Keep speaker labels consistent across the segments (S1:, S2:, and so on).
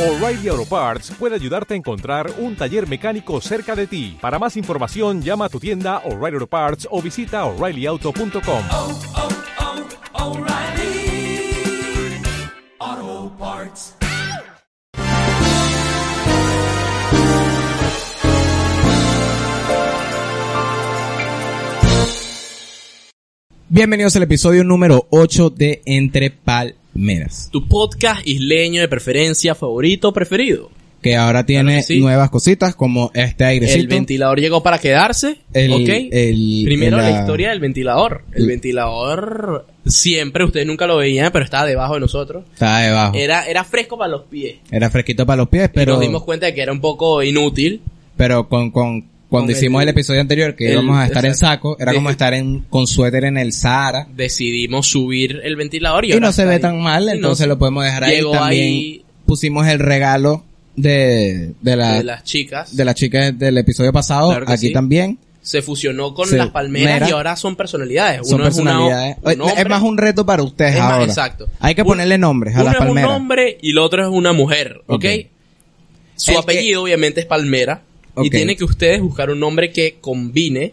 S1: O'Reilly Auto Parts puede ayudarte a encontrar un taller mecánico cerca de ti. Para más información, llama a tu tienda O'Reilly Auto Parts o visita oreillyauto.com.
S2: O'Reilly Auto Parts.
S3: Bienvenidos al episodio número 8 de Entre Palmeras,
S4: tu podcast isleño de preferencia, favorito, preferido.
S3: que ahora tiene
S4: Claro que sí.
S3: nuevas cositas como este airecito.
S4: El ventilador llegó para quedarse.
S3: El-
S4: ok.
S3: el-
S4: Primero
S3: el- ah,
S4: la...
S3: la-
S4: historia del ventilador. El ventilador siempre, ustedes nunca lo veían, pero estaba debajo de nosotros.
S3: Está debajo. Era,
S4: Era, era fresco para los pies.
S3: fresquito para los pies,
S4: Pero
S3: pero,
S4: nos dimos cuenta de que era un poco inútil.
S3: pero con, con, cuando
S4: Con
S3: hicimos el,
S4: el-
S3: episodio anterior que
S4: el-
S3: íbamos a estar en
S4: exacto.
S3: saco,
S4: Este-
S3: era como
S4: Sí.
S3: estar en, con suéter en el Sahara.
S4: Decidimos subir el ventilador y,
S3: Y,
S4: ahora
S3: no se
S4: está
S3: ve
S4: ahí.
S3: tan
S4: Y
S3: mal,
S4: no
S3: entonces
S4: se-
S3: lo podemos dejar ahí.
S4: llegó
S3: También
S4: ahí-
S3: pusimos el regalo de, de la,
S4: de las chicas.
S3: de la chica del episodio pasado,
S4: Claro que
S3: aquí
S4: sí.
S3: también.
S4: Se fusionó con
S3: Se-
S4: las palmeras
S3: mera.
S4: y ahora son personalidades.
S3: Son
S4: Eh, Uno es una-
S3: personalidades.
S4: un
S3: Oye, es
S4: hombre.
S3: más un reto para ustedes
S4: Es más,
S3: ahora.
S4: exacto.
S3: Hay que
S4: Un-
S3: ponerle nombres a
S4: Uno
S3: las
S4: es un
S3: palmeras.
S4: hombre y el otro es una mujer,
S3: Ok.
S4: ¿ok? Su
S3: El que-
S4: apellido obviamente es Palmera.
S3: Ok.
S4: Y tienen que ustedes buscar un nombre que combine.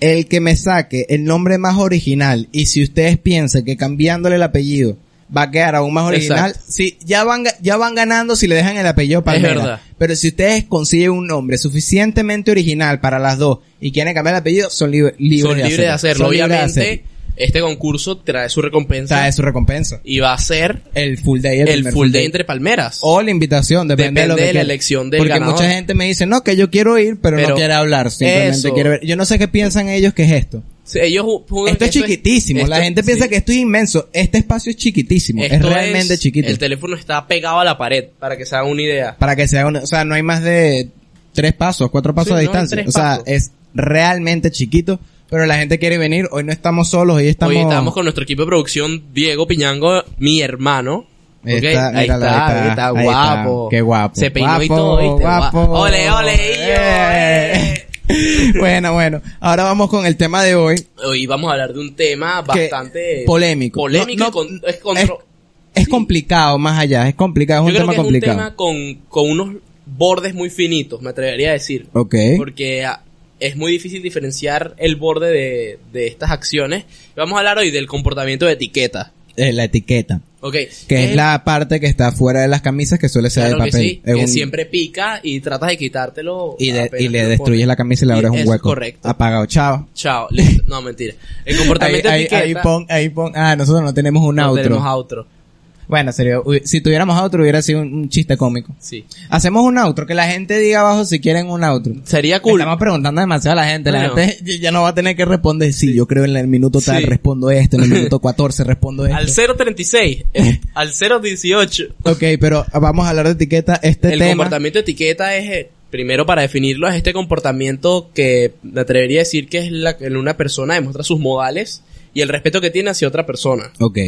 S3: El que me saque el nombre más original y si ustedes piensan que cambiándole el apellido va a quedar aún más original,
S4: Exacto.
S3: si ya van ga- ya van ganando si le dejan el apellido Palmera.
S4: verdad.
S3: Pero si ustedes consiguen un nombre suficientemente original para las dos y quieren cambiar el apellido, son lib- libres,
S4: son libres de hacerlo.
S3: Son libres de
S4: obviamente,
S3: hacerlo.
S4: este concurso trae su recompensa.
S3: Trae su recompensa.
S4: Y va a ser
S3: El full day, Oh.
S4: el,
S3: primer
S4: full day entre palmeras.
S3: O la invitación, depende,
S4: Depende
S3: de, lo que
S4: de la
S3: quiera.
S4: elección del
S3: Porque
S4: ganador.
S3: mucha gente me dice, no, que yo quiero ir, pero, no
S4: Pero
S3: quiere hablar, simplemente
S4: eso.
S3: quiere ver. Yo no sé qué piensan ellos que es esto.
S4: Sí, Ellos ju- juegan
S3: Esto es
S4: que
S3: chiquitísimo, la
S4: esto-
S3: gente piensa
S4: sí.
S3: que esto es inmenso. Este espacio es chiquitísimo, es
S4: Esto
S3: realmente
S4: es-
S3: chiquito.
S4: El teléfono está pegado a la pared, para que se hagan una idea.
S3: Para que sea una, o sea, no hay más de tres pasos, cuatro pasos de
S4: Sí, no hay
S3: distancia.
S4: tres
S3: O sea,
S4: pasos.
S3: es realmente chiquito, pero la gente quiere venir. Hoy no estamos solos, hoy estamos...
S4: Hoy estamos con nuestro equipo de producción, Diego Piñango, mi hermano.
S3: Ahí
S4: Ok,
S3: está,
S4: ahí,
S3: míralo, ahí
S4: está,
S3: está,
S4: ahí está,
S3: ahí está.
S4: guapo.
S3: Qué guapo.
S4: Se peinó y
S3: Guapo,
S4: todo, ¿viste?
S3: guapo.
S4: Gua- Ole, ole,
S3: Eh.
S4: yo, eh.
S3: bueno, bueno, ahora vamos con el tema de hoy.
S4: Hoy vamos a hablar de un tema
S3: que-
S4: bastante
S3: polémico.
S4: Polémico
S3: No,
S4: y
S3: no,
S4: con- es contro-
S3: es complicado más allá, es complicado, es
S4: Yo
S3: un
S4: creo
S3: tema
S4: que
S3: complicado.
S4: es un tema con, con unos bordes muy finitos, me atrevería a decir.
S3: Ok.
S4: Porque ah, es muy difícil diferenciar el borde de, de estas acciones. Vamos a hablar hoy del comportamiento de etiqueta.
S3: Eh, la etiqueta,
S4: Ok.
S3: que es
S4: ¿Qué-
S3: la parte que está fuera de las camisas que suele ser
S4: Claro
S3: de
S4: que
S3: papel.
S4: sí,
S3: Es
S4: que
S3: un-
S4: siempre pica y tratas de quitártelo.
S3: y, de-
S4: apenas
S3: y le
S4: te lo
S3: destruyes
S4: pones.
S3: la camisa y le
S4: Y
S3: abres un
S4: eso es
S3: hueco.
S4: correcto.
S3: Apagado, chao.
S4: Chao, listo. No, mentira. El
S3: Ahí,
S4: comportamiento de
S3: ahí,
S4: etiqueta.
S3: ahí pon, ahí pon. Ah, nosotros no tenemos un
S4: no
S3: outro.
S4: tenemos outro.
S3: Bueno, serio, hubi- si tuviéramos outro hubiera sido un, un chiste cómico.
S4: Sí.
S3: Hacemos un outro, que la gente diga abajo si quieren un outro.
S4: Sería cool.
S3: Estamos preguntando demasiado a la gente. La
S4: Bueno.
S3: gente ya no va a tener que responder. Sí, yo creo en el minuto tal
S4: Sí.
S3: respondo esto, en el minuto 14 respondo esto.
S4: Al 036, eh, al 018.
S3: Ok, pero vamos a hablar de etiqueta. Este
S4: el
S3: tema.
S4: comportamiento de etiqueta es, eh, primero para definirlo, es este comportamiento que me atrevería a decir que es la que una persona demuestra sus modales y el respeto que tiene hacia otra persona.
S3: Ok.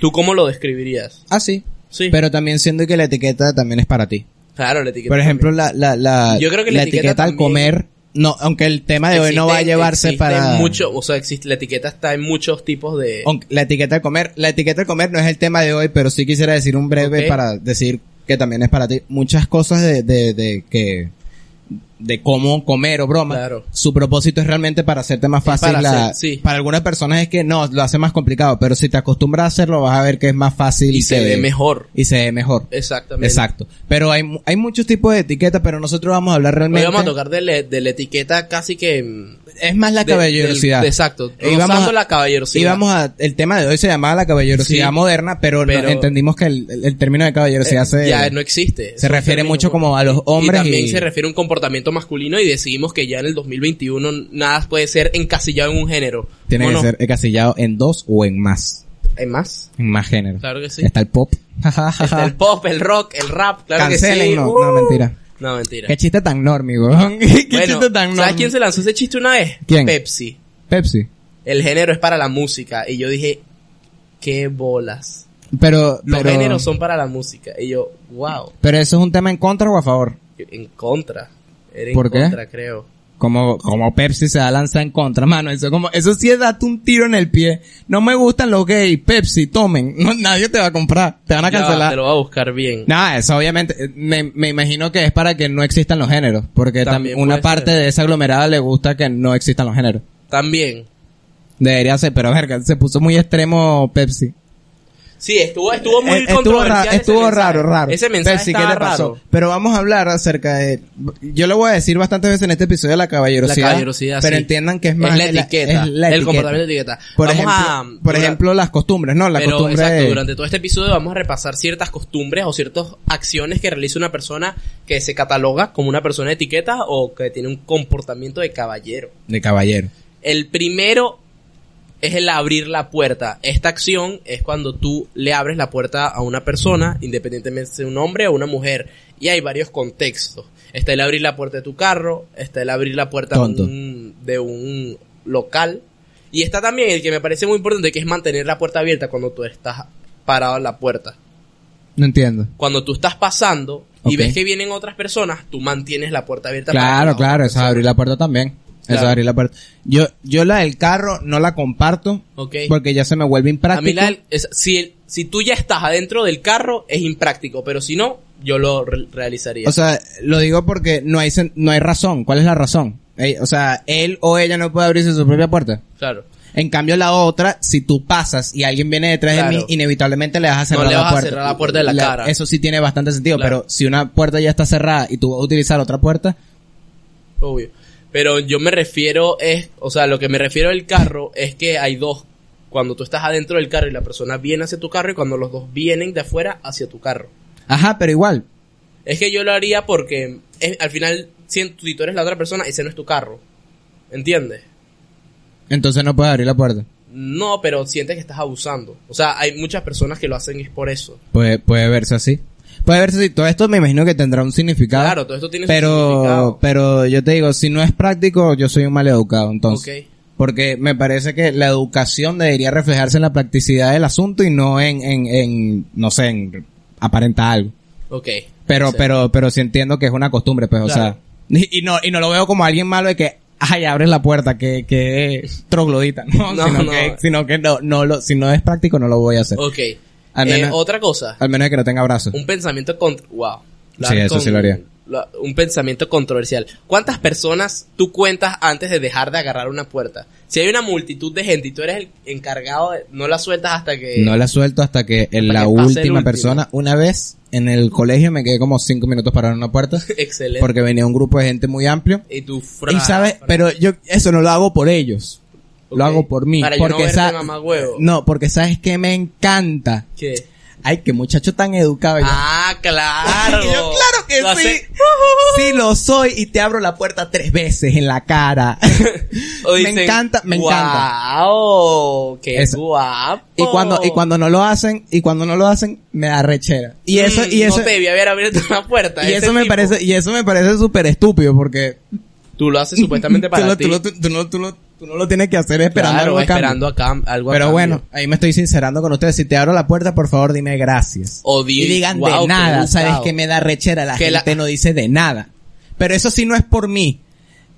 S4: ¿Tú cómo lo describirías?
S3: Ah, sí.
S4: Sí.
S3: Pero también siendo que la etiqueta también es para ti.
S4: claro, la etiqueta.
S3: Por ejemplo,
S4: también.
S3: la, la, la,
S4: Yo creo que la etiqueta
S3: al
S4: también-
S3: comer. No, aunque el tema Ah, de hoy no va a
S4: Existen-
S3: llevarse
S4: existen
S3: para.
S4: mucho, o sea, existe, la etiqueta está en muchos tipos de...
S3: Aunque La etiqueta al comer. La etiqueta al comer no es el tema de hoy, pero sí quisiera decir un breve
S4: Ok.
S3: para decir que también es para ti. Muchas cosas de, de, de que de cómo comer o broma.
S4: Claro.
S3: Su propósito es realmente para hacerte más fácil
S4: para
S3: la-
S4: hacer- sí.
S3: para algunas personas es que no, lo hace más complicado, pero si te acostumbras a hacerlo vas a ver que es más fácil
S4: y se
S3: que-
S4: ve mejor.
S3: y se ve mejor.
S4: Exactamente.
S3: Exacto. Pero hay, mu- hay muchos tipos de etiquetas, pero nosotros vamos a hablar
S4: Hoy
S3: realmente.
S4: vamos a tocar de, la- de la etiqueta casi que... mm,
S3: Es más la
S4: de-
S3: caballerosidad.
S4: del- exacto.
S3: Y vamos
S4: Rozando
S3: a,
S4: la caballerosidad.
S3: y vamos a, el tema de hoy se llamaba la caballerosidad
S4: Sí.
S3: moderna, pero, no-
S4: Pero-
S3: entendimos que el, el- el término de caballerosidad
S4: Eh,
S3: se,
S4: ya no existe.
S3: se
S4: Es un
S3: refiere
S4: término
S3: mucho como a los hombres
S4: Y también
S3: y-
S4: se refiere a un comportamiento masculino y decidimos que ya en el 2021 nada puede ser encasillado en un género.
S3: tiene
S4: ¿O
S3: que
S4: no?
S3: ser encasillado en dos o en más.
S4: ¿Hay más?
S3: En más géneros.
S4: Claro que sí.
S3: Está el pop.
S4: Está el pop, el rock, el rap, claro que sí.
S3: Cancelen, no,
S4: Uh.
S3: no, mentira.
S4: No, mentira.
S3: Qué chiste tan normi, weón. Qué
S4: Bueno,
S3: chiste tan
S4: ¿sabes
S3: normi.
S4: quién se lanzó ese chiste una vez?
S3: ¿Quién?
S4: Pepsi.
S3: Pepsi.
S4: El género es para la música. Y yo dije, qué bolas.
S3: Pero,
S4: Los
S3: pero,
S4: géneros son para la música. Y yo, wow,
S3: pero eso es un tema en contra o a favor.
S4: en contra. Era en
S3: ¿Por qué?
S4: contra, creo.
S3: Como, como Pepsi se va a lanzar en contra, mano. Eso como, eso sí es darte un tiro en el pie. No me gustan los gays, Pepsi, tomen. No, nadie te va a comprar. Te van a
S4: Ya va,
S3: cancelar.
S4: te lo va a buscar bien.
S3: Nada, eso obviamente, eh, me, me imagino que es para que no existan los géneros, porque tam-
S4: También
S3: una
S4: puede
S3: parte
S4: ser.
S3: de esa aglomerada le gusta que no existan los géneros.
S4: También.
S3: Debería ser, pero verga, se puso muy extremo Pepsi.
S4: Sí, estuvo, estuvo muy
S3: Eh, estuvo
S4: controversial
S3: raro,
S4: ese
S3: estuvo
S4: mensaje.
S3: raro, raro.
S4: Ese mensaje
S3: Pepsi,
S4: estaba
S3: le pasó?
S4: raro.
S3: Pero vamos a hablar acerca de, yo lo voy a decir bastantes veces en este episodio de la caballerosidad.
S4: La caballerosidad,
S3: Pero
S4: sí.
S3: entiendan que es más
S4: la
S3: el-
S4: etiqueta.
S3: es la
S4: el
S3: etiqueta.
S4: comportamiento de etiqueta.
S3: Por,
S4: Vamos
S3: ejemplo,
S4: a-
S3: por
S4: dura-
S3: ejemplo, las costumbres, ¿no? La
S4: pero,
S3: costumbre
S4: exacto,
S3: de-
S4: durante todo este episodio vamos a repasar ciertas costumbres o ciertas acciones que realiza una persona que se cataloga como una persona de etiqueta o que tiene un comportamiento de caballero.
S3: de caballero.
S4: El primero es el abrir la puerta. Esta acción es cuando tú le abres la puerta a una persona, independientemente de un hombre o una mujer. Y hay varios contextos. Está el abrir la puerta de tu carro, está el abrir la puerta de
S3: Tonto.
S4: un, de un local. Y está también el que me parece muy importante, que es mantener la puerta abierta cuando tú estás parado en la puerta.
S3: No entiendo.
S4: Cuando tú estás pasando y
S3: Ok.
S4: ves que vienen otras personas, tú mantienes la puerta abierta. para que
S3: Claro,
S4: las
S3: claro,
S4: otras
S3: eso es abrir la puerta también. Eso
S4: Claro.
S3: es abrir la puerta. Yo, yo la del carro no la comparto
S4: Ok.
S3: porque ya se me vuelve
S4: A mí
S3: impráctico.
S4: la del- es- si, el- si tú ya estás adentro del carro, es impráctico, pero si no, yo lo re- realizaría.
S3: O sea, lo digo porque no hay, sen- no hay razón. ¿Cuál es la razón? Ey, o sea, él o ella no puede abrirse su propia puerta.
S4: claro.
S3: En cambio, la otra, si tú pasas y alguien viene detrás
S4: Claro.
S3: de mí, inevitablemente le vas a cerrar
S4: No le
S3: la
S4: vas a
S3: puerta.
S4: cerrar la puerta de la cara.
S3: Eso sí tiene bastante sentido,
S4: Claro.
S3: pero si una puerta ya está cerrada y tú vas a utilizar otra puerta,
S4: Obvio. Pero yo me refiero es, o sea, lo que me refiero al carro es que hay dos. Cuando tú estás adentro del carro y la persona viene hacia tu carro y cuando los dos vienen de afuera hacia tu carro.
S3: ajá, pero igual.
S4: Es que yo lo haría porque es- al final, si en- si tú eres la otra persona, ese no es tu carro. ¿Entiendes?
S3: Entonces no puedes abrir la puerta.
S4: No, pero sientes que estás abusando. O sea, hay muchas personas que lo hacen es por eso.
S3: Puede, puede verse así. Puede verse así. Todo esto me imagino que tendrá un significado.
S4: Claro, todo esto tiene su
S3: pero,
S4: significado.
S3: pero yo te digo, si no es práctico, yo soy un mal educado, entonces.
S4: Ok.
S3: Porque me parece que la educación debería reflejarse en la practicidad del asunto y no en, en, en no sé, en aparentar algo.
S4: Ok.
S3: Pero,
S4: Sí.
S3: pero, pero sí entiendo que es una costumbre, pues, o
S4: Claro.
S3: sea. Y, y no, y no lo veo como alguien malo de que, ay, abres la puerta, que, que troglodita. No,
S4: No,
S3: sino
S4: no.
S3: que, sino que no, no lo, si no es práctico, no lo voy a hacer.
S4: Ok.
S3: Al
S4: Eh,
S3: menos-
S4: otra cosa,
S3: Al menos que no tenga brazos.
S4: un pensamiento contra... Wow.
S3: Sí, eso sí lo haría.
S4: la- un pensamiento controversial. ¿Cuántas personas tú cuentas antes de dejar de agarrar una puerta? Si hay una multitud de gente y tú eres el encargado, de- no la sueltas hasta que...
S3: No la suelto hasta que en
S4: eh, Hasta
S3: la
S4: que pase el
S3: última
S4: último.
S3: persona, una vez en el colegio me quedé como cinco minutos parado en una puerta
S4: Excelente.
S3: porque venía un grupo de gente muy amplio.
S4: y tú... Ah,
S3: Y sabes, pero yo eso no lo hago por ellos. Lo
S4: Ok.
S3: hago por mí.
S4: Para yo no
S3: porque
S4: verte
S3: sa-
S4: mamagüevo.
S3: No, porque sabes que me encanta.
S4: ¿Qué?
S3: Ay, qué muchacho tan educado. Y yo,
S4: Ah, claro.
S3: Y yo, claro que
S4: Lo
S3: sí.
S4: hace-
S3: Sí lo soy y te abro la puerta tres veces en la cara.
S4: O
S3: me
S4: dicen,
S3: encanta, me encanta.
S4: Guau, qué
S3: Eso.
S4: guapo.
S3: Y cuando y cuando no lo hacen, y cuando no lo hacen me da rechera. Y eso
S4: Mm,
S3: y eso
S4: No te debía haber abierto una puerta.
S3: Y
S4: ese
S3: eso me
S4: tipo.
S3: parece, y eso me parece súper estúpido porque
S4: Tú lo haces supuestamente
S3: tú,
S4: para
S3: lo-
S4: ti.
S3: tú lo- tú- tú no, tú lo- tú no lo tienes que hacer esperando
S4: Claro,
S3: algo a cambio.
S4: esperando a cam- algo a
S3: Pero
S4: cambio.
S3: bueno, ahí me estoy sincerando con ustedes. Si te abro la puerta, por favor, dime gracias.
S4: O di-
S3: y digan
S4: wow,
S3: de
S4: qué
S3: nada. Sabes
S4: educado.
S3: que me da rechera. La
S4: Que la-
S3: gente no dice de nada. Pero eso sí no es por mí.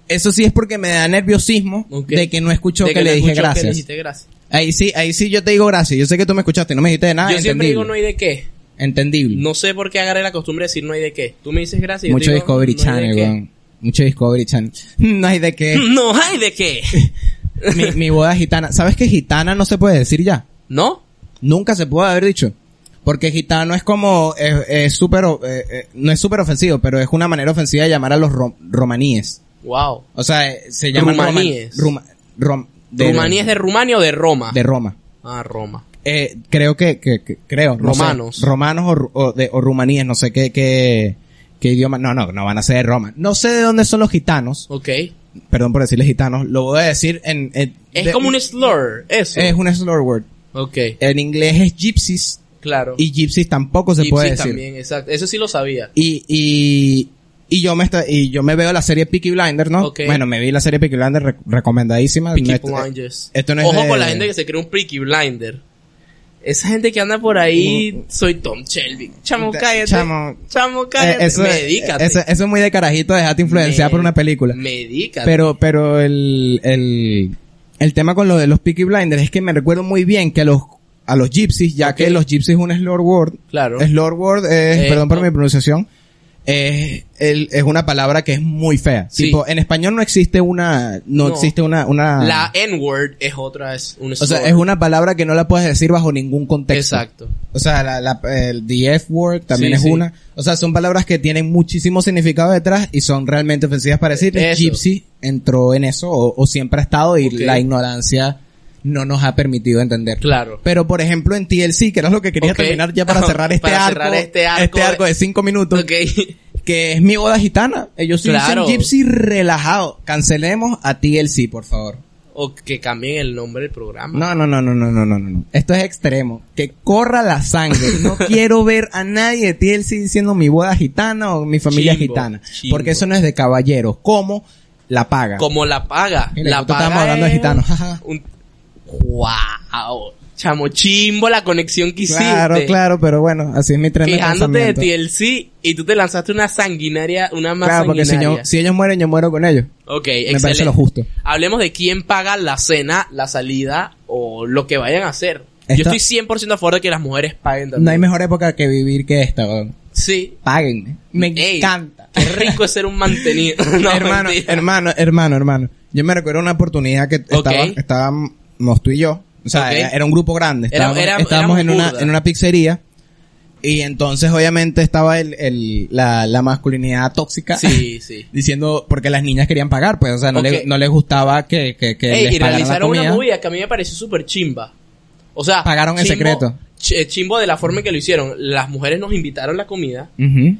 S3: Eso sí es porque me da nerviosismo
S4: Ok.
S3: de que no escuchó
S4: De
S3: que, le dije
S4: escuchó que le
S3: gracias.
S4: dijiste gracias. Ah,
S3: Ahí sí, ahí sí yo te digo gracias. Yo sé que tú me escuchaste y no me dijiste de nada.
S4: yo siempre
S3: entendible.
S4: digo no hay de qué.
S3: entendible.
S4: No sé por qué agarré la costumbre de decir no hay de qué. Tú me dices gracias. y yo
S3: Mucho
S4: te digo,
S3: Discovery
S4: no hay de
S3: Channel,
S4: qué.
S3: weón. Eh. Mucho Discovery Channel. No hay de qué.
S4: No hay de qué.
S3: mi, mi boda gitana. ¿Sabes que gitana no se puede decir ya?
S4: ¿No?
S3: Nunca se puede haber dicho. Porque gitano es como, es, es súper, o- eh, eh, no es súper ofensivo, pero es una manera ofensiva de llamar a los ro- romaníes.
S4: Wow.
S3: O sea, eh, se llaman roman-
S4: Rumaníes.
S3: ruma- rom- de,
S4: ¿Rumanía es de Rumania o de Roma?
S3: de Roma.
S4: Ah, Roma.
S3: Eh, creo que, que- que- creo. no sé.
S4: Romanos.
S3: romanos o, ru- o de, o rumaníes, no sé qué, qué, qué idioma. No, no, no van a ser de Roma. No sé de dónde son los gitanos.
S4: Ok.
S3: Perdón por decirles gitanos. Lo voy a decir en... en-
S4: Es
S3: de-
S4: como un slur, eso.
S3: Es un slur word.
S4: Ok,
S3: En inglés es gypsies
S4: claro.
S3: y gypsies tampoco se
S4: Gypsy
S3: puede decir.
S4: también, exacto. Eso sí lo sabía.
S3: Y, y, y yo me esta- y yo me veo la serie Peaky Blinders, ¿no?
S4: Ok.
S3: Bueno, me vi la serie Peaky Blinders re- recomendadísima.
S4: Peaky
S3: Ah, No, esto-
S4: Blinders.
S3: esto no es
S4: Ojo
S3: de- Eh,
S4: con la gente que se cree un Peaky Blinder. Esa gente que anda por ahí, soy Tom Shelby. Chamo,
S3: Uh, Te-
S4: cállate.
S3: chamo.
S4: Chamo, cállate.
S3: Eh, eso,
S4: Medícate.
S3: Eso, eso es muy de carajito, dejarte influenciar
S4: Me-
S3: por una película.
S4: Medícate.
S3: Pero, pero el, el, el tema con lo de los Peaky Blinders es que me recuerdo muy bien que a los, a los Gypsies, ya
S4: Ok.
S3: que los Gypsies es un slur word.
S4: Claro.
S3: Slur word, es,
S4: Eh,
S3: perdón por
S4: no.
S3: mi pronunciación, es, el- es una palabra que es muy fea.
S4: Sí.
S3: Tipo, en español no existe una, no,
S4: No.
S3: existe una, una,
S4: La N-word es otra, es un
S3: o sea,
S4: slur.
S3: es una palabra que no la puedes decir bajo ningún contexto.
S4: Exacto.
S3: O sea, la, la- el the F word también
S4: Sí,
S3: es
S4: sí.
S3: una. O sea, son palabras que tienen muchísimo significado detrás y son realmente ofensivas para decir.
S4: Eso.
S3: Gypsy entró en eso o, o siempre ha estado y
S4: Ok.
S3: la ignorancia no nos ha permitido entender.
S4: Claro.
S3: Pero por ejemplo en TLC, que era lo que quería
S4: Ok.
S3: terminar ya para cerrar este
S4: Para
S3: arco.
S4: cerrar este arco
S3: este arco de cinco minutos.
S4: Ok.
S3: Que es mi boda gitana. Ellos sí
S4: Claro.
S3: dicen Gypsy relajado. Cancelemos a TLC, por favor.
S4: O que cambien el nombre del programa.
S3: No, no, no, no, no, no, no, no. Esto es extremo. Que corra la sangre. No quiero ver a nadie de TLC diciendo mi boda gitana o mi familia
S4: Chimbo,
S3: gitana.
S4: chimbo.
S3: Porque eso no es de caballeros. ¿Cómo? La paga.
S4: Como la paga.
S3: Mira,
S4: la
S3: nosotros
S4: paga.
S3: estábamos hablando de
S4: es
S3: gitanos, jaja.
S4: un- Wow. Chamo, chimbo la conexión que hiciste.
S3: Claro, claro, pero bueno, así es mi tren de
S4: Quejándote de
S3: pensamiento.
S4: TLC y tú te lanzaste una sanguinaria, una más
S3: Claro, porque si,
S4: sanguinaria.
S3: yo- si ellos mueren, yo muero con ellos.
S4: Ok,
S3: Me
S4: excelente.
S3: parece lo justo.
S4: Hablemos de quién paga la cena, la salida o lo que vayan a hacer. Yo
S3: Esta-
S4: estoy 100% a favor de que las mujeres paguen también.
S3: No hay mejor época que vivir que esta, weón.
S4: Sí.
S3: Páguenme. Me
S4: Ey,
S3: encanta.
S4: Qué rico es ser un mantenido. No,
S3: hermano,
S4: mentira.
S3: hermano, hermano, hermano. Yo me recuerdo una oportunidad que
S4: Ok.
S3: estaba, estábamos tú y yo. O sea,
S4: Ok.
S3: era, era un grupo grande.
S4: Era-
S3: Estábamos,
S4: era-
S3: estábamos
S4: éramos
S3: en, una,
S4: burda.
S3: en una pizzería. Y entonces, obviamente, estaba el, el- la, la masculinidad tóxica.
S4: Sí, sí.
S3: diciendo, porque las niñas querían pagar, pues, o sea, no,
S4: Ok.
S3: le- no les gustaba que, que, que
S4: Ey,
S3: les
S4: y
S3: pagaran la
S4: realizaron una
S3: comida.
S4: movida que a mí me pareció súper chimba. O sea,
S3: Pagaron el secreto.
S4: ch- eh, chimbo de la forma en que lo hicieron. Las mujeres nos invitaron la comida,
S3: Ujú.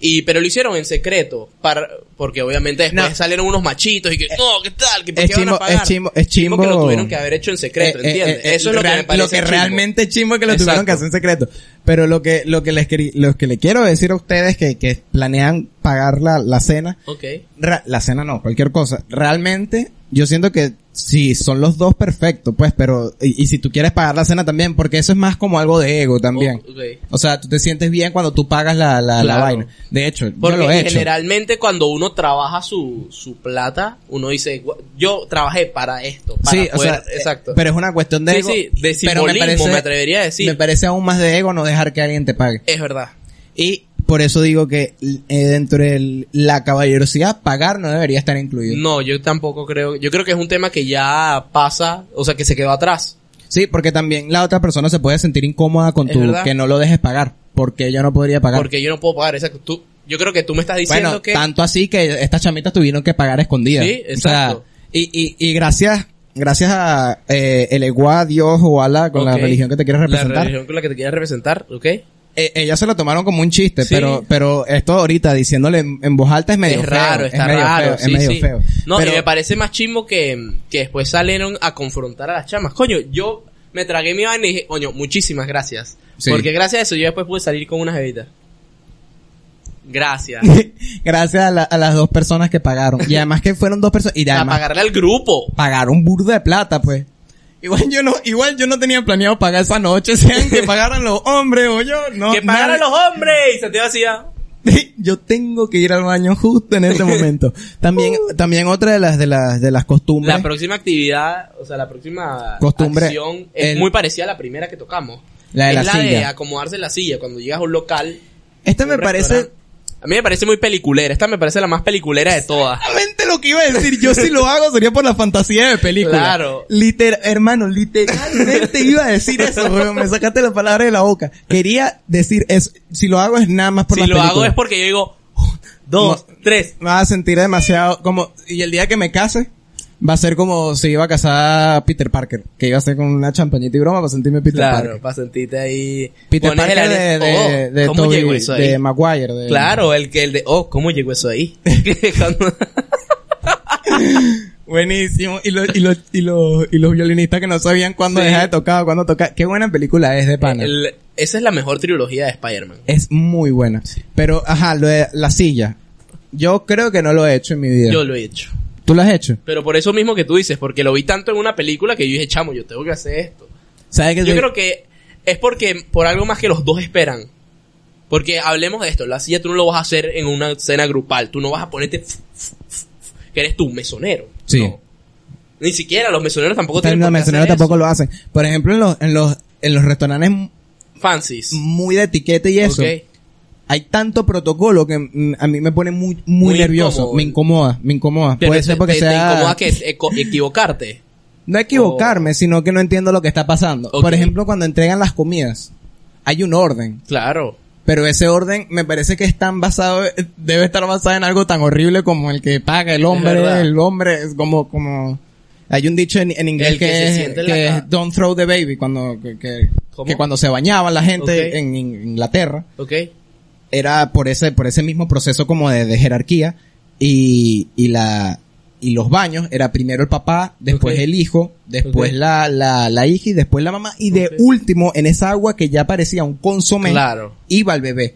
S4: y pero lo hicieron en secreto. Para, porque obviamente después
S3: No.
S4: salieron unos machitos y que, no, ¿qué tal? ¿Que por
S3: es
S4: qué van a
S3: chimbo-
S4: pagar?"
S3: es chimbo- es
S4: Chimbo que lo
S3: chimbo-
S4: tuvieron que haber hecho en secreto,
S3: Eh, eh,
S4: ¿entiendes?
S3: eh,
S4: Eso es lo que
S3: real-
S4: me parece
S3: lo que
S4: chimbo.
S3: realmente es chimbo que lo tuvieron
S4: Exacto.
S3: que hacer en secreto. Pero lo que, lo que les querí- lo que le quiero decir a ustedes que, que planean pagar la, la cena,
S4: Ok.
S3: ra- la cena no, cualquier cosa. Realmente, yo siento que sí, son los dos perfectos, pues, pero, y, y si tú quieres pagar la cena también, porque eso es más como algo de ego también.
S4: Ok.
S3: O sea, tú te sientes bien cuando tú pagas la, la, la
S4: Claro.
S3: vaina. De hecho,
S4: Porque
S3: yo lo he hecho.
S4: generalmente cuando uno trabaja su, su plata, uno dice, "Gua- yo trabajé para esto. Para
S3: sí, o
S4: poder-".
S3: sea,
S4: exacto.
S3: pero es una cuestión de
S4: Sí,
S3: ego.
S4: sí, de
S3: pero
S4: simbolismo, me atrevería a decir.
S3: Me parece aún más de ego no dejar que alguien te pague.
S4: es verdad.
S3: Y por eso digo que eh, dentro de l- la caballerosidad, pagar no debería estar incluido.
S4: No, yo tampoco creo. Yo creo que es un tema que ya pasa, o sea, que se quedó atrás.
S3: Sí, porque también la otra persona se puede sentir incómoda con
S4: Es
S3: tu
S4: verdad.
S3: que no lo dejes pagar, porque yo no podría pagar.
S4: Porque yo no puedo pagar esa. Tú, yo creo que tú me estás diciendo
S3: bueno,
S4: que.
S3: tanto así que estas chamitas tuvieron que pagar escondidas.
S4: Sí,
S3: O sea,
S4: exacto.
S3: y, y, y gracias, gracias a eh, el Eguá, Dios o Alá, con la
S4: Ok.
S3: religión que te quieres
S4: La
S3: representar.
S4: religión con la que te quieras representar, ¿ok?
S3: Eh, ellos se lo tomaron como un chiste,
S4: Sí.
S3: pero, pero esto ahorita diciéndole en, en voz alta es medio
S4: es
S3: feo.
S4: raro, está
S3: es medio
S4: raro.
S3: feo,
S4: sí,
S3: es medio
S4: sí.
S3: feo.
S4: No,
S3: pero,
S4: y me parece más chimbo que, que después salieron a confrontar a las chamas. Coño, yo me tragué mi vaina y dije, coño, muchísimas gracias.
S3: Sí.
S4: Porque gracias a eso yo después pude salir con unas bebitas. Gracias.
S3: gracias a, la- a las dos personas que pagaron. Y además que fueron dos personas. Y
S4: a
S3: además
S4: pagarle al grupo.
S3: pagaron burda de plata, pues. Igual yo no, igual yo no tenía planeado pagar esa noche, sean que pagaran los hombres o yo, no.
S4: que pagaran
S3: nadie-
S4: los hombres. Y se te hacía.
S3: Yo tengo que ir al baño justo en este momento. También, también otra de las, de las, de las costumbres.
S4: La próxima actividad, o sea, la próxima
S3: Costumbre,
S4: acción es
S3: el-
S4: muy parecida a la primera que tocamos.
S3: La de
S4: es
S3: la
S4: la de
S3: silla.
S4: acomodarse en la silla cuando llegas a un local.
S3: Esta me
S4: un
S3: parece,
S4: restaurante. A mí me parece muy peliculera. Esta me parece la más peliculera de todas.
S3: Exactamente lo que iba a decir. Yo si lo hago sería por la fantasía de película.
S4: Claro.
S3: Liter- hermano, literalmente iba a decir eso, weón. Me sacaste la palabra de la boca. Quería decir eso. Si lo hago es nada más por
S4: si
S3: la
S4: lo
S3: película.
S4: hago es porque yo digo, "Un, dos, tres.
S3: Me vas a sentir demasiado como... Y el día que me case... Va a ser como si iba a casar a Peter Parker, que iba a ser con una champañita y broma para sentirme Peter
S4: Claro,
S3: Parker.
S4: para sentirte ahí.
S3: Peter
S4: Pones el
S3: Parker de, de,
S4: arete.
S3: de
S4: Oh, ¿Cómo
S3: Tobey-
S4: llegó eso ahí?
S3: de Maguire. de-
S4: Claro, el que el de, oh, ¿cómo llegó eso ahí? Cuando-
S3: Buenísimo. Y los, y los, y los, y los violinistas que no sabían cuándo
S4: Sí.
S3: dejar de tocar o cuándo tocar. Qué buena película es de pana.
S4: El- esa es la mejor trilogía de Spider-Man.
S3: Es muy buena. Pero, ajá, lo de la silla. Yo creo que no lo he hecho en mi vida.
S4: Yo lo he hecho.
S3: ¿Tú lo has hecho?
S4: Pero por eso mismo que tú dices, porque lo vi tanto en una película que yo dije, chamo, yo tengo que hacer esto.
S3: ¿Sabes que
S4: Yo
S3: soy-
S4: creo que es porque por algo más que los dos esperan. Porque hablemos de esto, la silla tú no lo vas a hacer en una cena grupal, tú no vas a ponerte f- f- f- que eres tú mesonero.
S3: Sí.
S4: No. Ni siquiera los mesoneros tampoco
S3: Los
S4: tienen por qué
S3: mesoneros
S4: hacer
S3: tampoco
S4: eso.
S3: lo hacen. Por ejemplo, en los, en los, en los restaurantes
S4: fancies.
S3: muy de etiqueta Mm, y eso.
S4: Ok.
S3: Hay tanto protocolo que mm, a mí me pone muy, muy,
S4: Muy
S3: nervioso.
S4: incómodo.
S3: Me incomoda, me incomoda.
S4: Pero
S3: Puede
S4: te-
S3: ser porque
S4: te, te
S3: sea...
S4: incomoda que eco- equivocarte.
S3: No equivocarme, sino que no entiendo lo que está pasando.
S4: Oh. Ok.
S3: Por ejemplo, cuando entregan las comidas, hay un orden.
S4: Claro.
S3: Pero ese orden me parece que es tan basado, debe estar basado en algo tan horrible como el que paga el
S4: Es
S3: hombre,
S4: verdad.
S3: el hombre, es como, como, hay un dicho en, en inglés
S4: El
S3: que,
S4: que se
S3: es-
S4: siente en
S3: que
S4: la
S3: es
S4: ca-
S3: don't throw the baby, cuando, que, que-
S4: ¿Cómo?
S3: que cuando se bañaba la gente
S4: Ok.
S3: en, en Inglaterra,
S4: Ok.
S3: era por ese, por ese mismo proceso como de, de jerarquía, y, y la, y los baños era primero el papá, después
S4: Ok.
S3: el hijo, después
S4: Ok.
S3: la, la, la hija y después la mamá, y de
S4: Ok.
S3: último, en esa agua que ya parecía un consomé,
S4: Claro.
S3: iba el bebé.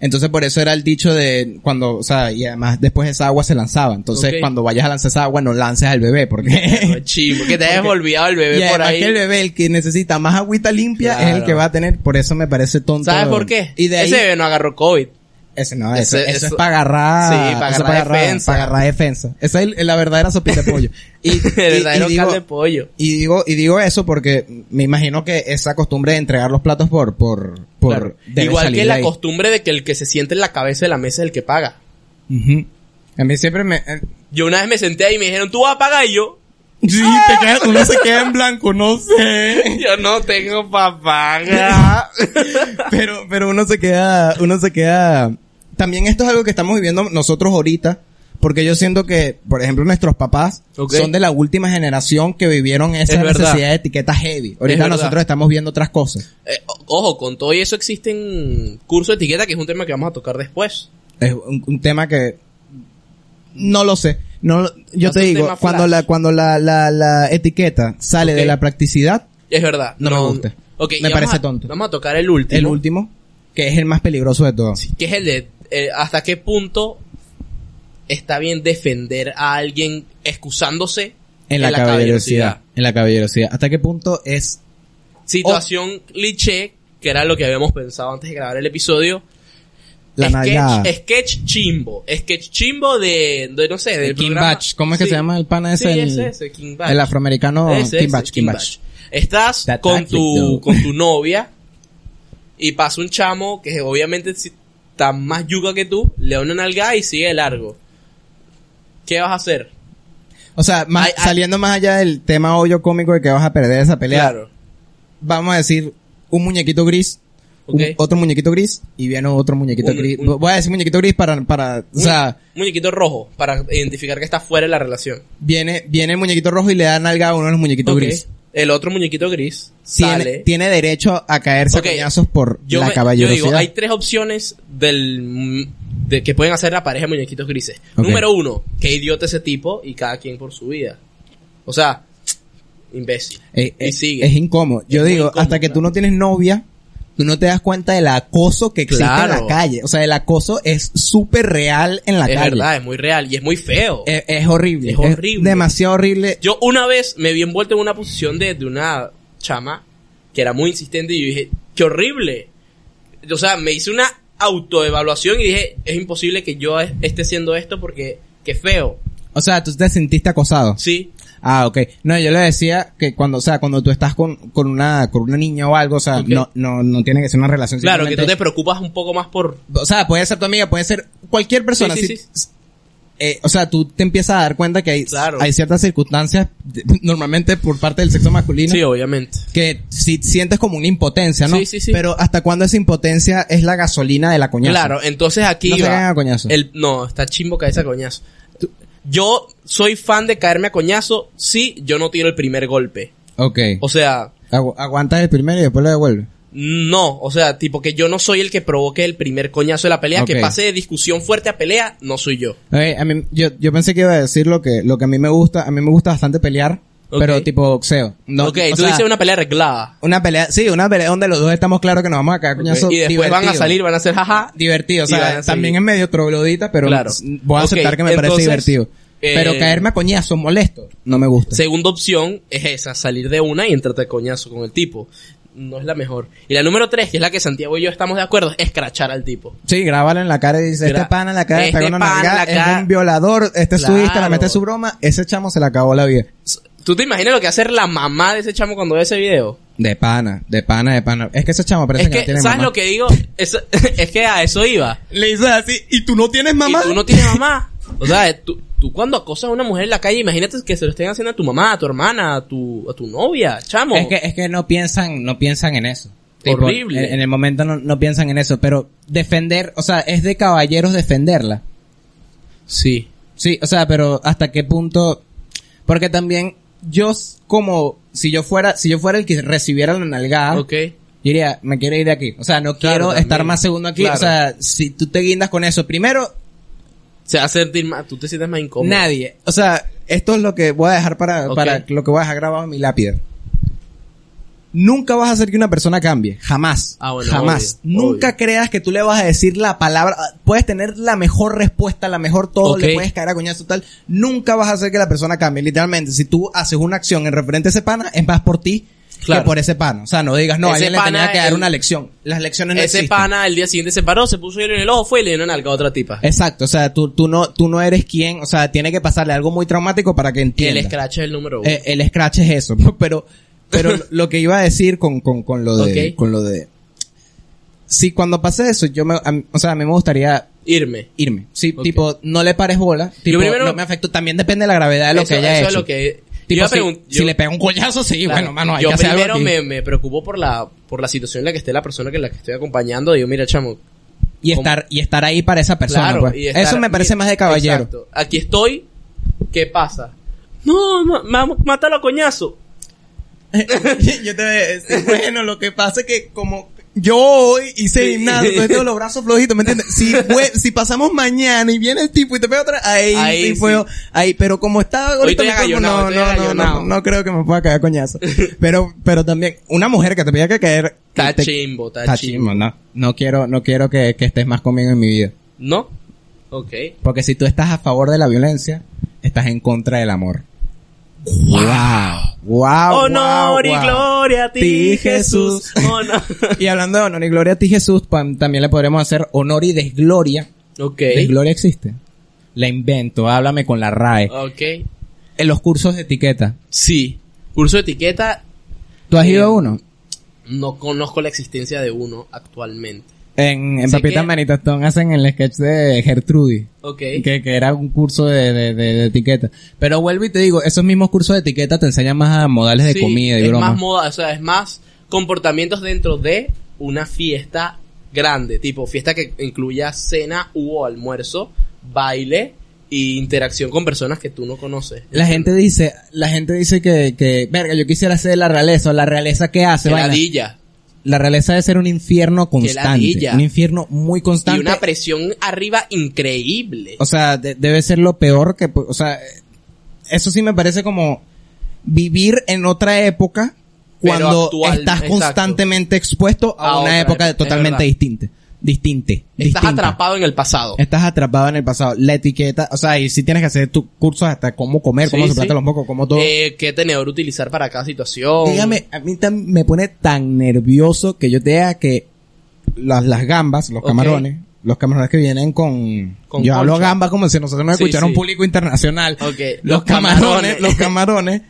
S3: Entonces por eso era el dicho de cuando, o sea, y además después esa agua se lanzaba. Entonces
S4: Ok.
S3: cuando vayas a lanzar esa agua no lances al bebé
S4: No,
S3: porque...
S4: chivo, que te hayas olvidado el
S3: y
S4: bebé por
S3: además
S4: ahí.
S3: que el bebé, el que necesita más agüita limpia, es el
S4: Claro.
S3: que va a tener, por eso me parece tonto.
S4: ¿Sabes por qué?
S3: Y de ahí,
S4: Ese bebé no agarró COVID.
S3: ese no, eso,
S4: ese-
S3: eso es
S4: eso-
S3: para agarrar,
S4: Sí, para
S3: eso
S4: agarrar defensa.
S3: para agarrar defensa. Esa es el- la verdadera sopita de pollo. Y, y-
S4: El verdadero
S3: y digo-
S4: caldo de pollo.
S3: y digo, y digo eso porque me imagino que esa costumbre de entregar los platos por, por, por,
S4: Claro.
S3: debe
S4: Igual
S3: salir
S4: que
S3: de
S4: la
S3: ahí.
S4: costumbre de que el que se siente en la cabeza de la mesa es el que paga.
S3: Ujú. A mí siempre me... eh,
S4: Yo una vez me senté ahí y me dijeron, tú vas a pagar y yo.
S3: Sí, te quedas, uno se queda en blanco, no sé.
S4: Yo no tengo para pagar.
S3: Pero, pero uno se queda, uno se queda... También esto es algo que estamos viviendo nosotros ahorita, porque yo siento que, por ejemplo, nuestros papás
S4: Ok.
S3: son de la última generación que vivieron esa
S4: Es verdad.
S3: necesidad de etiquetas heavy. Ahorita
S4: verdad.
S3: nosotros estamos viendo otras cosas.
S4: Eh, o- ojo, con todo y eso existen cursos de etiqueta que es un tema que vamos a tocar después.
S3: Es un, un tema que... No lo sé. No, lo- yo
S4: Es
S3: te
S4: un
S3: digo,
S4: tema
S3: cuando
S4: flash.
S3: la, cuando la, la, la etiqueta sale
S4: Ok.
S3: de la practicidad,
S4: Es verdad.
S3: No me gusta.
S4: Ok,
S3: Me
S4: y vamos
S3: parece
S4: a-
S3: tonto.
S4: Vamos a tocar el último.
S3: el último, que es el más peligroso de todos.
S4: que es el de eh, hasta qué punto está bien defender a alguien excusándose
S3: En la, caballerosidad. En la caballerosidad. ¿Hasta qué punto es?
S4: Situación cliché, que era lo que habíamos pensado antes de grabar el episodio.
S3: La nalgada.
S4: sketch, sketch chimbo. Sketch chimbo de, de no sé, del
S3: King
S4: programa.
S3: Batch. ¿Cómo es que
S4: Sí.
S3: se llama el pana ese?
S4: Sí,
S3: el,
S4: ese, ese, King Batch.
S3: el afroamericano
S4: Ese,
S3: King
S4: ese,
S3: Batch. King Batch.
S4: Estás
S3: That
S4: con
S3: athlete,
S4: tu,
S3: dude.
S4: con tu novia y pasa un chamo que obviamente si- está más yuca que tú, le da una nalgada y sigue de largo. ¿Qué vas a hacer?
S3: O sea, más-
S4: Ay, ay.
S3: saliendo más allá del tema hoyo cómico de que vas a perder esa pelea,
S4: Claro.
S3: vamos a decir un muñequito gris. un-
S4: Ok.
S3: otro muñequito gris y viene otro muñequito
S4: Un-
S3: gris.
S4: un-
S3: Voy a decir muñequito gris para, para, o
S4: Mu-
S3: sea,
S4: muñequito rojo para identificar que está fuera de la relación.
S3: viene, viene el muñequito rojo y le da nalga a uno de los muñequitos
S4: Ok.
S3: gris.
S4: El otro muñequito gris
S3: Tiene,
S4: sale.
S3: tiene derecho a caerse
S4: Ok.
S3: a coñazos por
S4: yo
S3: la
S4: me-
S3: caballerosidad.
S4: yo digo, hay tres opciones del de, que pueden hacer la pareja de muñequitos grises.
S3: Ok.
S4: Número uno, que idiota ese tipo y cada quien por su vida. O sea, imbécil.
S3: Eh,
S4: y
S3: eh,
S4: sigue.
S3: Es incómodo. Yo
S4: Es muy
S3: digo,
S4: incómodo,
S3: hasta que tú
S4: claro.
S3: no tienes novia, tú no te das cuenta del acoso que existe en
S4: Claro.
S3: la calle. O sea, el acoso es súper real en la
S4: es
S3: calle.
S4: verdad, es muy real y es muy feo.
S3: Es, es horrible.
S4: Es horrible.
S3: demasiado horrible.
S4: yo una vez me vi envuelto en una posición de, de una chama que era muy insistente y yo dije, qué horrible. O sea, me hice una autoevaluación y dije, es imposible que yo es- esté haciendo esto porque qué feo.
S3: O sea, tú te sentiste acosado.
S4: Sí,
S3: Ah, ok. No, yo le decía que cuando, o sea, cuando tú estás con, con una, con una niña o algo, o sea,
S4: Ok.
S3: no, no, no tiene que ser una relación.
S4: claro, que tú te
S3: simplemente-
S4: preocupas un poco más por...
S3: O sea, puede ser tu amiga, puede ser cualquier persona.
S4: Sí, sí,
S3: Si-
S4: sí.
S3: eh, o sea, tú te empiezas a dar cuenta que hay,
S4: Claro.
S3: hay ciertas circunstancias, de- normalmente por parte del sexo masculino,
S4: Sí, obviamente.
S3: que si sientes como una impotencia, ¿no?
S4: Sí, sí, sí.
S3: Pero hasta cuándo esa impotencia es la gasolina de la coñazo.
S4: Claro, entonces aquí
S3: No se
S4: va
S3: caigan a coñazo.
S4: El, no, está chimbo caerse a coñazo. Tú- Yo soy fan de caerme a coñazo si yo no tiro el primer golpe.
S3: Ok.
S4: O sea,
S3: Agu- aguantas el primero y después lo devuelves.
S4: no, o sea, tipo que yo no soy el que provoque el primer coñazo de la pelea,
S3: Ok.
S4: que pase de discusión fuerte a pelea, no soy yo.
S3: Ok, Eh, a mí, yo, yo pensé que iba a decir lo que, lo que a mí me gusta. A mí me gusta bastante pelear,
S4: Ok.
S3: pero tipo boxeo. No,
S4: ok,
S3: o
S4: tú
S3: sea,
S4: dices una pelea arreglada.
S3: una pelea, sí, una pelea donde los dos estamos claros que nos vamos a caer a
S4: Ok,
S3: coñazo.
S4: Y después van a
S3: divertido.
S4: salir, van a hacer jaja.
S3: divertido. O
S4: Y van
S3: sea,
S4: a
S3: también
S4: seguir.
S3: es medio troglodita, pero
S4: Claro.
S3: voy a
S4: Ok,
S3: aceptar que me
S4: entonces,
S3: parece divertido.
S4: eh,
S3: pero caerme a coñazo molesto no me gusta.
S4: Segunda opción es esa, salir de una y entrarte a coñazo con el tipo. no es la mejor. Y la número tres, que es la que Santiago y yo estamos de acuerdo, es crachar al tipo.
S3: Sí, grábalo en la cara y dice,
S4: Gra-
S3: este pana en la cara
S4: Este
S3: pegó una
S4: pana en la
S3: nalgada,
S4: cara-
S3: es un violador, este es su
S4: Claro.
S3: Instagram, este es su broma, ese chamo se le acabó la vida.
S4: ¿Tú te imaginas lo que hace la mamá de ese chamo cuando ve ese video?
S3: De pana, de pana, de pana. Es que ese chamo parece
S4: Es
S3: que, no
S4: que,
S3: tiene
S4: ¿sabes
S3: mamá.
S4: lo que digo? Eso- es que a eso iba.
S3: Le dices así, ¿y tú no tienes
S4: Y tú no tienes mamá. O sea, eh, tú, tú cuando acosas a una mujer en la calle, imagínate que se lo estén haciendo a tu mamá, a tu hermana, a tu, a tu novia, chamo.
S3: Es que, es que no piensan, no piensan en eso.
S4: Horrible.
S3: en, en el momento no, no piensan en eso, pero defender, o sea, es de caballeros defenderla.
S4: Sí.
S3: Sí, o sea, pero hasta qué punto, porque también yo s- como, si yo fuera, si yo fuera el que recibiera la nalgada,
S4: Ok.
S3: Yo diría, me quiero ir de aquí. O sea, no
S4: Claro,
S3: quiero
S4: también.
S3: estar más segundo aquí.
S4: Claro.
S3: O sea, si tú te guindas con eso, primero,
S4: Se va a sentir más, tú te sientes más incómodo.
S3: nadie. O sea, esto es lo que voy a dejar para,
S4: Ok.
S3: para lo que voy a dejar grabado en mi lápida. Nunca vas a hacer que una persona cambie. Jamás.
S4: Ah, bueno,
S3: Jamás.
S4: obvio,
S3: Nunca
S4: obvio.
S3: creas que tú le vas a decir la palabra. ah, Puedes tener la mejor respuesta, la mejor todo,
S4: Ok.
S3: le puedes caer a coñazo tal. Nunca vas a hacer que la persona cambie. Literalmente, si tú haces una acción en referente a ese pana, es más por ti
S4: Claro.
S3: que por ese pana. O sea, no digas, no,
S4: Ese
S3: alguien le
S4: pana,
S3: tenía que dar
S4: el-
S3: una lección. Las lecciones no
S4: Ese
S3: existen.
S4: pana el día siguiente se paró, se puso hielo en el ojo, fue y le dio una nalga a otra tipa.
S3: Exacto, o sea, tú, tú, no, tú no eres quien, o sea, tiene que pasarle algo muy traumático para que
S4: Que el
S3: entienda.
S4: scratch es el número uno.
S3: Eh, el scratch es eso, pero, pero lo que iba a decir con, con, con lo de,
S4: Ok.
S3: con lo de, si cuando pase eso, yo me, a mí- o sea, a mí me gustaría
S4: Irme.
S3: irme, sí,
S4: Ok.
S3: tipo, no le pares bola, tipo,
S4: primero-
S3: no me afectó, también depende de la gravedad de lo
S4: eso
S3: que haya
S4: eso
S3: hecho.
S4: es lo que... yo
S3: Tipo,
S4: iba a
S3: si,
S4: pregun-
S3: si
S4: yo-
S3: le pega un coñazo, sí,
S4: Claro.
S3: bueno, mano, hay
S4: yo
S3: que hacer algo
S4: primero
S3: aquí.
S4: me, me preocupo por la, por la situación en la que esté la persona que la que estoy acompañando. Digo, mira, chamo,
S3: Y estar, y estar ahí para esa persona, pues.
S4: y estar-
S3: Eso me parece
S4: mira,
S3: más de caballero.
S4: exacto. Aquí estoy. ¿Qué pasa? No, ma- ma- mátalo a coñazo.
S3: yo te voy a decir, bueno, lo que pasa es que como yo hoy hice
S4: Sí.
S3: gimnasio, entonces tengo los brazos flojitos, ¿me entiendes? Si, fue- si pasamos mañana y viene el tipo y te pega otra, ahí,
S4: Ahí
S3: sí
S4: sí.
S3: puedo, ahí, pero como estaba ahorita
S4: estoy
S3: mi cuerpo, no,
S4: agallonado, estoy
S3: no, no, no,
S4: agallonado.
S3: no, creo que me pueda caer coñazo. Pero, pero también, una mujer que te pida que caer. que
S4: Está
S3: te-
S4: chimbo, está,
S3: Está
S4: chimbo.
S3: chimbo, no. No quiero, no quiero que, que estés más conmigo en mi vida.
S4: ¿No? Ok.
S3: Porque si tú estás a favor de la violencia, estás en contra del amor. Wow. Wow. wow,
S4: Honor y
S3: wow.
S4: gloria a ti,
S3: Ti,
S4: Jesús.
S3: Jesús.
S4: Honor.
S3: Y hablando de honor y gloria a ti, Jesús, pam, también le podremos hacer honor y desgloria.
S4: ok.
S3: ¿Desgloria existe? La invento, háblame con la RAE.
S4: Oh. Ok.
S3: En los cursos de etiqueta.
S4: Sí. Curso de etiqueta.
S3: ¿Tú has
S4: Eh,
S3: ido a uno?
S4: No conozco la existencia de uno actualmente.
S3: En, en
S4: sé
S3: Papitas
S4: que-
S3: Manitatón hacen el sketch de Gertrudis.
S4: Ok.
S3: Que, que era un curso de, de, de- de etiqueta. Pero vuelvo y te digo, esos mismos cursos de etiqueta te enseñan más a modales de
S4: Sí,
S3: comida y
S4: es
S3: bromas.
S4: más moda, o sea, es más comportamientos dentro de una fiesta grande, tipo fiesta que incluya cena u almuerzo, baile y interacción con personas que tú no conoces.
S3: La gente dice, la gente dice que, que, verga, yo quisiera ser la realeza, o la realeza que hace,
S4: Que
S3: vaina.
S4: ladilla.
S3: La realeza debe ser un infierno constante.
S4: ladilla.
S3: Un infierno muy
S4: Y
S3: constante.
S4: una presión arriba increíble.
S3: o sea, de- debe ser lo peor que, pu- o sea, eh, eso sí me parece como vivir en otra época
S4: Pero
S3: cuando
S4: actual,
S3: estás
S4: exacto.
S3: constantemente expuesto a, una
S4: A otra
S3: época
S4: época, es
S3: totalmente
S4: verdad.
S3: distinta. Distinta.
S4: Estás
S3: distinta.
S4: atrapado en el pasado.
S3: Estás atrapado en el pasado. La etiqueta, o sea, y sí tienes que hacer tus cursos hasta cómo comer, cómo
S4: Sí,
S3: soplarte
S4: sí.
S3: los mocos, cómo todo.
S4: Eh, ¿Qué tenedor utilizar para cada situación?
S3: Dígame, a mí tam- me pone tan nervioso que yo te diga que las, las gambas, los
S4: Ok.
S3: camarones, los camarones que vienen con...
S4: Con
S3: yo hablo
S4: concha.
S3: gambas como si nosotros nos
S4: Sí,
S3: escuchara un
S4: sí.
S3: público internacional.
S4: Ok,
S3: Los,
S4: los
S3: camarones,
S4: camarones.
S3: los camarones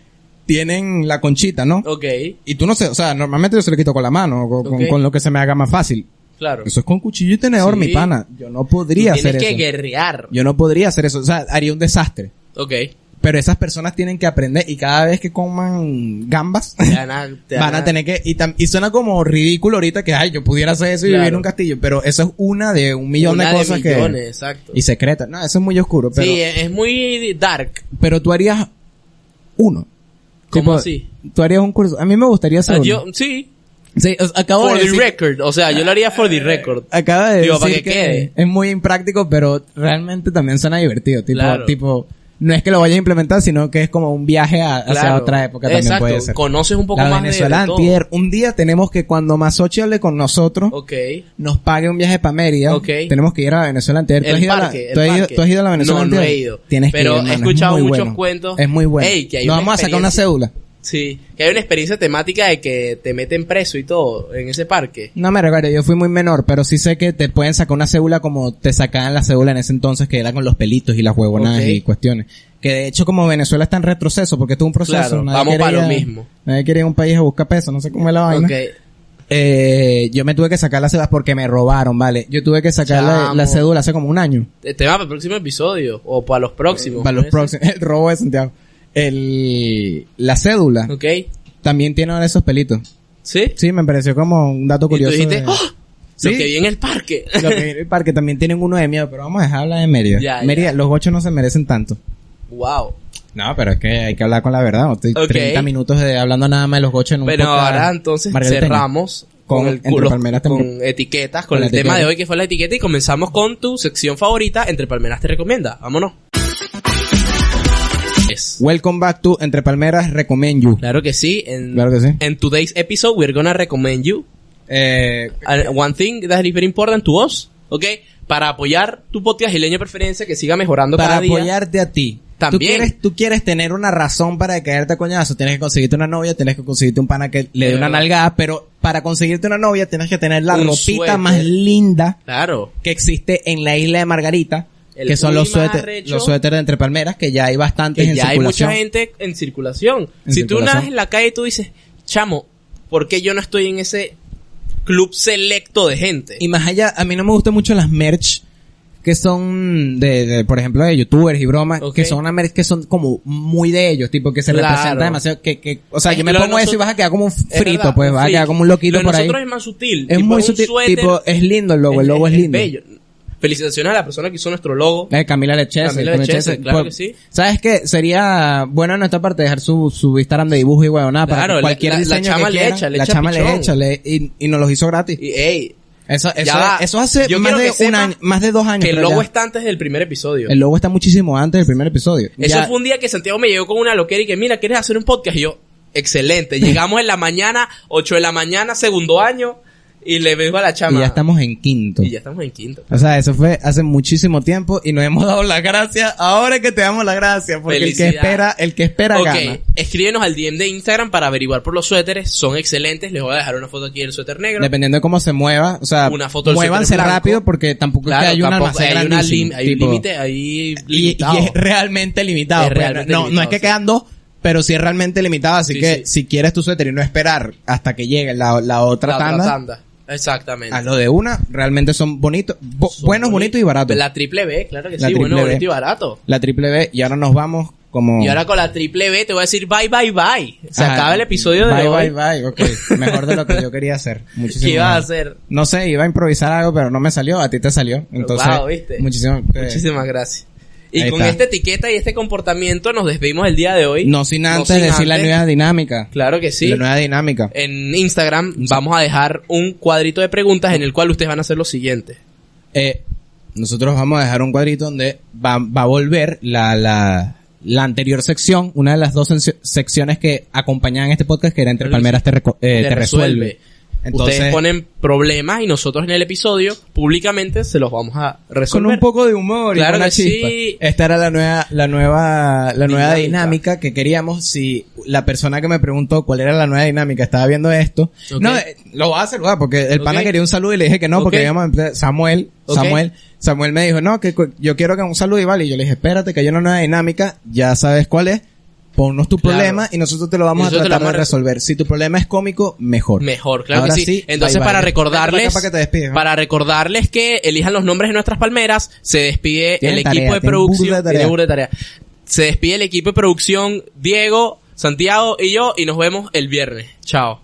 S3: tienen la conchita, ¿no?
S4: Ok,
S3: Y tú no sé, o sea, normalmente yo se lo quito con la mano, o con, con-
S4: Ok.
S3: con lo que se me haga más fácil.
S4: claro.
S3: Eso es con cuchillo y tenedor,
S4: Sí.
S3: mi pana. Yo no
S4: Tú
S3: podría
S4: tienes
S3: hacer
S4: que
S3: eso.
S4: guerrear.
S3: Yo no podría hacer eso, o sea, haría un desastre.
S4: Ok.
S3: Pero esas personas tienen que aprender y cada vez que coman gambas,
S4: Te van a, te
S3: van a tener que y, tam- y suena como ridículo ahorita que ay yo pudiera hacer eso y
S4: Claro.
S3: vivir en un castillo pero eso es una de un millón
S4: una
S3: de cosas
S4: millones,
S3: que
S4: exacto.
S3: y secretas no eso es muy oscuro pero
S4: sí, eh. es es muy dark.
S3: pero tú harías uno
S4: ¿Cómo
S3: Tipo,
S4: así?
S3: tú harías un curso a mí me gustaría hacer
S4: Ah,
S3: uno
S4: yo, sí,
S3: Sí, o sea, acabo
S4: for
S3: de
S4: the
S3: decir, Ah,
S4: record. O sea, yo lo haría for the record.
S3: acaba de
S4: Digo,
S3: decir
S4: para que quede.
S3: es muy impráctico pero realmente también suena divertido tipo
S4: Claro.
S3: tipo no es que lo vayas a implementar sino que es como un viaje a- hacia
S4: Claro.
S3: otra época también
S4: Exacto,
S3: puede ser
S4: conoces un poco
S3: la
S4: más de-
S3: Venezuela
S4: de todo.
S3: antier, un día tenemos que cuando Masochi hable con nosotros
S4: Ok.
S3: nos pague un viaje para Mérida,
S4: Ok.
S3: tenemos que ir a Venezuela entera. ¿Tú has
S4: El
S3: ido a la-
S4: parque, el
S3: tú has ido-
S4: parque.
S3: tú has ido a la Venezuela
S4: No, no
S3: antier?
S4: he ido.
S3: Tienes que
S4: Pero
S3: ir,
S4: he
S3: hermano, es
S4: escuchado
S3: muy
S4: muchos
S3: bueno.
S4: cuentos.
S3: Es muy bueno.
S4: Ey, que hay
S3: nos
S4: una
S3: vamos a sacar una
S4: experiencia.
S3: cédula.
S4: Sí, que hay una experiencia temática de que te meten preso y todo en ese parque.
S3: No me recuerdo, yo fui muy menor, pero sí sé que te pueden sacar una cédula como te sacaban la cédula en ese entonces, que era con los pelitos y las huevonadas
S4: Ok.
S3: y cuestiones. Que de hecho como Venezuela está en retroceso, porque tuvo un proceso.
S4: Claro,
S3: nadie
S4: vamos pa'
S3: quería-
S4: lo mismo.
S3: Nadie quería ir a un país a buscar peso, no sé cómo es la vaina.
S4: Ok.
S3: Eh, yo me tuve que sacar la cédula porque me robaron, vale. Yo tuve que sacar la,
S4: Chamo.
S3: la cédula hace como un año.
S4: El tema para el próximo episodio o para los próximos.
S3: Para los
S4: ¿no?
S3: próximos, el robo de Santiago. El, la cédula
S4: Ok.
S3: también tiene ahora esos pelitos.
S4: ¿Sí?
S3: Sí, me pareció como un dato
S4: Y tú
S3: curioso.
S4: dijiste,
S3: de-
S4: ¡Oh!
S3: Sí.
S4: Lo que vi en el parque.
S3: Lo que viene el parque también tienen uno de miedo, pero vamos a dejar hablar de Mérida.
S4: Ya, ya.
S3: Mérida, los gochos no se merecen tanto.
S4: wow.
S3: No, pero es que hay que hablar con la verdad. ¿no? Estoy
S4: Ok.
S3: 30 minutos de hablando nada más de los gochos en un
S4: Pero
S3: podcast
S4: ahora entonces
S3: margariteño.
S4: cerramos
S3: Con
S4: con, el
S3: Entre
S4: culo,
S3: Palmeras te-
S4: con etiquetas, con
S3: Con
S4: el
S3: la
S4: tema
S3: etiqueta.
S4: de hoy que fue la etiqueta y comenzamos con tu sección favorita, Entre Palmeras te recomienda. Vámonos. Es.
S3: Welcome back to Entre Palmeras Recommend You.
S4: Claro que sí. En,
S3: Claro que sí.
S4: En today's episode we're gonna recommend you
S3: Eh,
S4: And one thing that is very important to us, ¿ok? Para apoyar tu podcast y leña de preferencia que siga mejorando
S3: para
S4: cada día.
S3: apoyarte a ti.
S4: También.
S3: Tú quieres, tú quieres tener una razón para caerte a coñazo. Tienes que conseguirte una novia, tienes que conseguirte un pana que le dé
S4: Es
S3: una
S4: verdad.
S3: nalgada, pero para conseguirte una novia tienes que tener la
S4: Un
S3: ropita
S4: suéter.
S3: más linda
S4: Claro.
S3: que existe en la isla de Margarita,
S4: El
S3: que son
S4: hoodie
S3: los
S4: más
S3: suéteres,
S4: arrecho.
S3: los suéteres de entre palmeras, que ya hay bastantes
S4: Que
S3: en
S4: ya hay
S3: circulación.
S4: mucha gente en circulación.
S3: En
S4: si tú
S3: circulación.
S4: nadas en la calle tú dices, chamo, ¿por qué yo no estoy en ese club selecto de gente?
S3: Y más allá, a mí no me gustan mucho las merch que son de, de, por ejemplo de youtubers y bromas
S4: Ok.
S3: que son una merch que son como muy de ellos tipo que se
S4: Claro.
S3: representa demasiado que, que o sea
S4: Es
S3: yo me
S4: lo de
S3: pongo eso y
S4: nosotros-
S3: vas a quedar como un
S4: Es
S3: frito
S4: verdad,
S3: pues vas a
S4: friki.
S3: quedar como un loquito
S4: Lo de
S3: por ahí
S4: nosotros es más sutil.
S3: es
S4: tipo,
S3: muy
S4: un
S3: sutil
S4: suéter,
S3: tipo es lindo el logo el
S4: es-
S3: logo es, lindo
S4: bello. Felicitaciones a la persona que hizo nuestro logo.
S3: Eh, Camila Lechese.
S4: Camila Lechese, claro que sí.
S3: ¿Sabes qué? Sería bueno en nuestra parte dejar su, su Instagram de dibujo y huevonada para
S4: Claro,
S3: que
S4: la-
S3: cualquier
S4: la- la
S3: diseño
S4: chama
S3: que
S4: le
S3: quieran,
S4: echa, le
S3: la
S4: echa
S3: chama le
S4: pichón.
S3: echa, le- y, y nos los hizo gratis.
S4: Y, ey,
S3: Eso, eso,
S4: ya va.
S3: eso hace
S4: Yo
S3: más
S4: quiero
S3: de,
S4: que
S3: un
S4: sepas
S3: año, más de dos años.
S4: que el
S3: creo
S4: logo
S3: ya.
S4: está antes del primer episodio.
S3: El logo está muchísimo antes del primer episodio.
S4: Eso
S3: Ya-
S4: fue un día que Santiago me llegó con una loquera y que, mira, ¿quieres hacer un podcast? Y yo, excelente. Llegamos en la mañana, 8 de la mañana, segundo año, y le digo a la chama.
S3: y ya estamos en quinto.
S4: Y ya estamos en quinto.
S3: O sea, eso fue hace muchísimo tiempo y nos hemos dado las gracias. Ahora que te damos las gracias, porque el que
S4: Felicidad.
S3: espera, el que espera
S4: ok,
S3: gana.
S4: escríbenos al DM de Instagram para averiguar por los suéteres. Son excelentes. Les voy a dejar una foto aquí del suéter negro.
S3: Dependiendo de cómo se mueva, o sea,
S4: Una foto del
S3: muévanse
S4: suéter blanco.
S3: rápido porque tampoco es
S4: Claro,
S3: que haya un
S4: tampoco-
S3: almacén
S4: hay, una
S3: grandísimo,
S4: lim- hay un
S3: tipo-
S4: límite ahí
S3: Y, y
S4: limitado.
S3: es realmente limitado.
S4: Es
S3: pues,
S4: realmente
S3: no, no es
S4: limitado,
S3: que
S4: sí.
S3: quedan dos, pero sí es realmente limitado. Así
S4: Sí,
S3: que
S4: sí.
S3: si quieres tu suéter y no esperar hasta que llegue la, la otra
S4: La otra
S3: tanda,
S4: tanda. Exactamente.
S3: a lo de una, realmente son bonitos, bo-
S4: Son
S3: buenos,
S4: boni-
S3: bonitos y baratos.
S4: La triple B, claro que
S3: La
S4: sí. Bueno,
S3: triple B.
S4: bonito y barato.
S3: La triple B y ahora nos vamos como...
S4: Y ahora con la triple B te voy a decir bye, bye, bye. Se
S3: Ajá.
S4: acaba el episodio de
S3: bye,
S4: hoy.
S3: Bye, bye, ok. Mejor de lo que yo quería hacer. Muchísimas
S4: ¿Qué ibas a
S3: gracias. Eh.
S4: hacer?
S3: No sé, iba a improvisar algo, pero no me salió. A ti te salió. Entonces,
S4: Wow, ¿viste?
S3: muchísimas... eh,
S4: Muchísimas gracias. Y
S3: Ahí
S4: con
S3: está.
S4: esta etiqueta y este comportamiento nos despedimos el día de hoy.
S3: No sin antes
S4: sin
S3: decir la
S4: antes.
S3: nueva dinámica.
S4: Claro que sí.
S3: La nueva dinámica.
S4: En Instagram vamos a dejar un cuadrito de preguntas en el cual ustedes van a hacer lo siguiente.
S3: Eh, nosotros vamos a dejar un cuadrito donde va, va a volver la, la, la anterior sección, una de las dos sencio- secciones que acompañaban este podcast, que era Entre
S4: Claro que
S3: Palmeras te, reco- eh,
S4: Te
S3: te resuelve.
S4: resuelve.
S3: Entonces,
S4: ustedes ponen problemas y nosotros en el episodio públicamente se los vamos a
S3: con
S4: resolver.
S3: un poco de humor
S4: Claro
S3: y una
S4: que
S3: chispa.
S4: sí.
S3: Esta era la nueva, la nueva, la nueva
S4: Dinámica.
S3: dinámica que queríamos. Si la persona que me preguntó cuál era la nueva dinámica estaba viendo esto,
S4: Ok.
S3: no, eh, lo voy a saludar porque el pana
S4: Ok.
S3: quería un saludo y le dije que no porque
S4: Ok.
S3: íbamos a empezar- Samuel,
S4: Ok.
S3: Samuel, Samuel me dijo no que cu- yo quiero que un saludo y vale. Y yo le dije espérate que hay una nueva dinámica, ya sabes cuál es. Ponnos tu
S4: Claro.
S3: problema y nosotros te lo vamos a
S4: Nosotros te lo
S3: tratar de
S4: vamos a resol-
S3: resolver. Si tu problema es cómico, mejor.
S4: Mejor, claro
S3: Ahora
S4: que sí.
S3: sí,
S4: Entonces,
S3: bye,
S4: para
S3: bye. Vente
S4: recordarles,
S3: para acá para que te despidas, ¿no?
S4: para recordarles que elijan los nombres de nuestras palmeras, se despide
S3: Tienen
S4: el equipo
S3: tarea,
S4: de
S3: tienen
S4: producción.
S3: burda de tarea.
S4: tiene burda de tarea. Se despide el equipo de producción, Diego, Santiago y yo, y nos vemos el viernes. Chao.